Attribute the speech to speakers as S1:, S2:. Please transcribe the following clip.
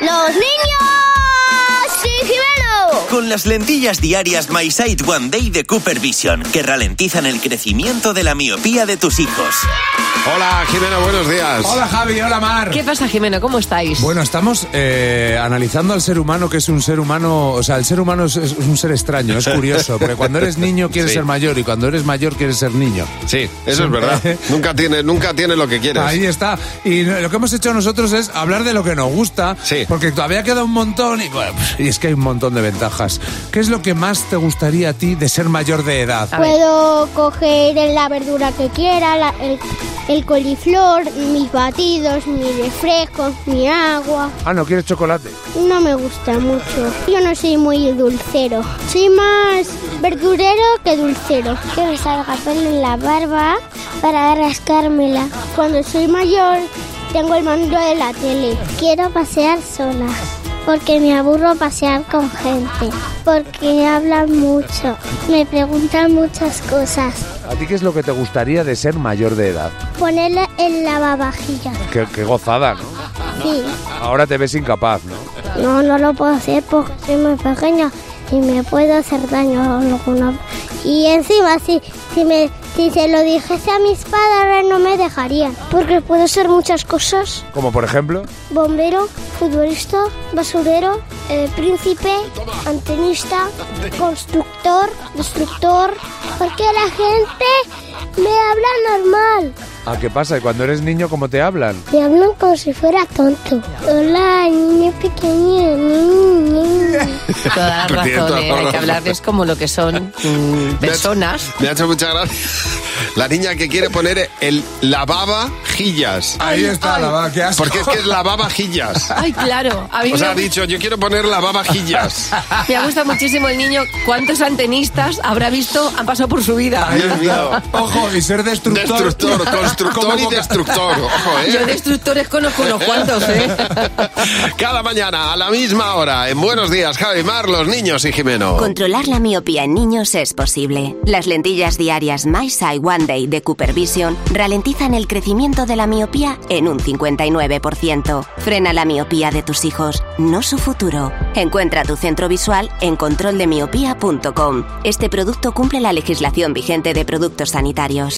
S1: ¡Los niños! ¡Sí, Jimeno!
S2: Con las lentillas diarias My Sight One Day de Cooper Vision, que ralentizan el crecimiento de la miopía de tus hijos.
S3: Hola, Jimena, buenos días.
S4: Hola Javi, hola Mar.
S5: ¿Qué pasa, Jimeno? ¿Cómo estáis?
S4: Bueno, estamos eh, analizando al ser humano que es un ser humano, o sea, el ser humano es, es un ser extraño, es curioso, porque cuando eres niño quieres
S3: Sí.
S4: ser mayor y cuando eres mayor quieres ser niño.
S3: Sí, eso es
S4: Siempre.
S3: verdad. Nunca tiene, nunca tiene lo que quieres.
S4: Ahí está. Y no- lo que hemos hecho nosotros es hablar de lo que nos gusta,
S3: Sí.
S4: porque todavía queda un montón y, bueno, pues, y es que hay un montón de ventajas. ¿Qué es lo que más te gustaría a ti de ser mayor de edad?
S1: Ah.
S5: A ver.
S1: Puedo coger la verdura que quiera, la- el, el coliflor, mis batidos, mis refrescos, mi agua.
S4: Ah, no quieres chocolate.
S1: No me gusta mucho. Yo no soy muy dulcero. Soy más verdurero que dulcero. Que me salga pelo en la barba para rascármela. Cuando soy mayor, tengo el mando de la tele. Quiero pasear sola. Porque me aburro pasear con gente. Porque hablan mucho. Me preguntan muchas cosas.
S4: ¿A ti qué es lo que te gustaría de ser mayor de edad?
S1: Ponerle el lavavajillas.
S4: Qué, qué gozada, ¿no?
S1: Sí.
S4: Ahora te ves incapaz, ¿no?
S1: No, no lo puedo hacer porque soy muy pequeña y me puedo hacer daño alguna. Y encima, si, si, me, si se lo dijese a mis padres, no me dejarían. Porque puedo ser muchas cosas.
S4: Como por ejemplo...
S1: Bombero, futbolista, basurero, eh, príncipe, antenista, constructor, destructor. Porque la gente me habla normal.
S4: ¿A Ah, qué pasa? ¿Y cuando eres niño cómo te hablan?
S1: Me hablan como si fuera tonto. Hola, niño pequeño. niño, niño.
S5: Todas
S3: Tiene pues toda
S5: razones.
S3: la
S5: ¿eh? Hay que
S3: razón.
S5: hablarles como lo que son mm,
S3: Me ha hecho-
S5: personas.
S3: Me ha hecho mucha gracia. La niña que quiere poner el lavavajillas.
S4: Ahí está la va, qué asco.
S3: Porque es que es lavavajillas.
S5: Ay, claro. A mí
S3: O sea, ha
S5: me,
S3: dicho, yo quiero poner lavavajillas.
S5: me ha gustado muchísimo el niño. ¿Cuántos antenistas habrá visto, han pasado por su vida?
S3: Dios mío.
S4: Ojo, y ser destructor.
S3: Destructor,
S4: Como
S3: constructor y
S4: boca-
S3: destructor. Ojo,
S5: Yo
S3: ¿eh?
S5: destructores conozco unos cuantos, ¿eh?
S3: Cada mañana, a la misma hora, en Buenos Días, Javi Mar, los niños y Jimeno.
S6: Controlar la miopía en niños es posible. Las lentillas diarias My Sight One Day de Cooper Vision ralentizan el crecimiento de la miopía en un 59%. Frena la miopía de tus hijos, no su futuro. Encuentra tu centro visual en controldemiopía.com. Este producto cumple la legislación vigente de productos sanitarios.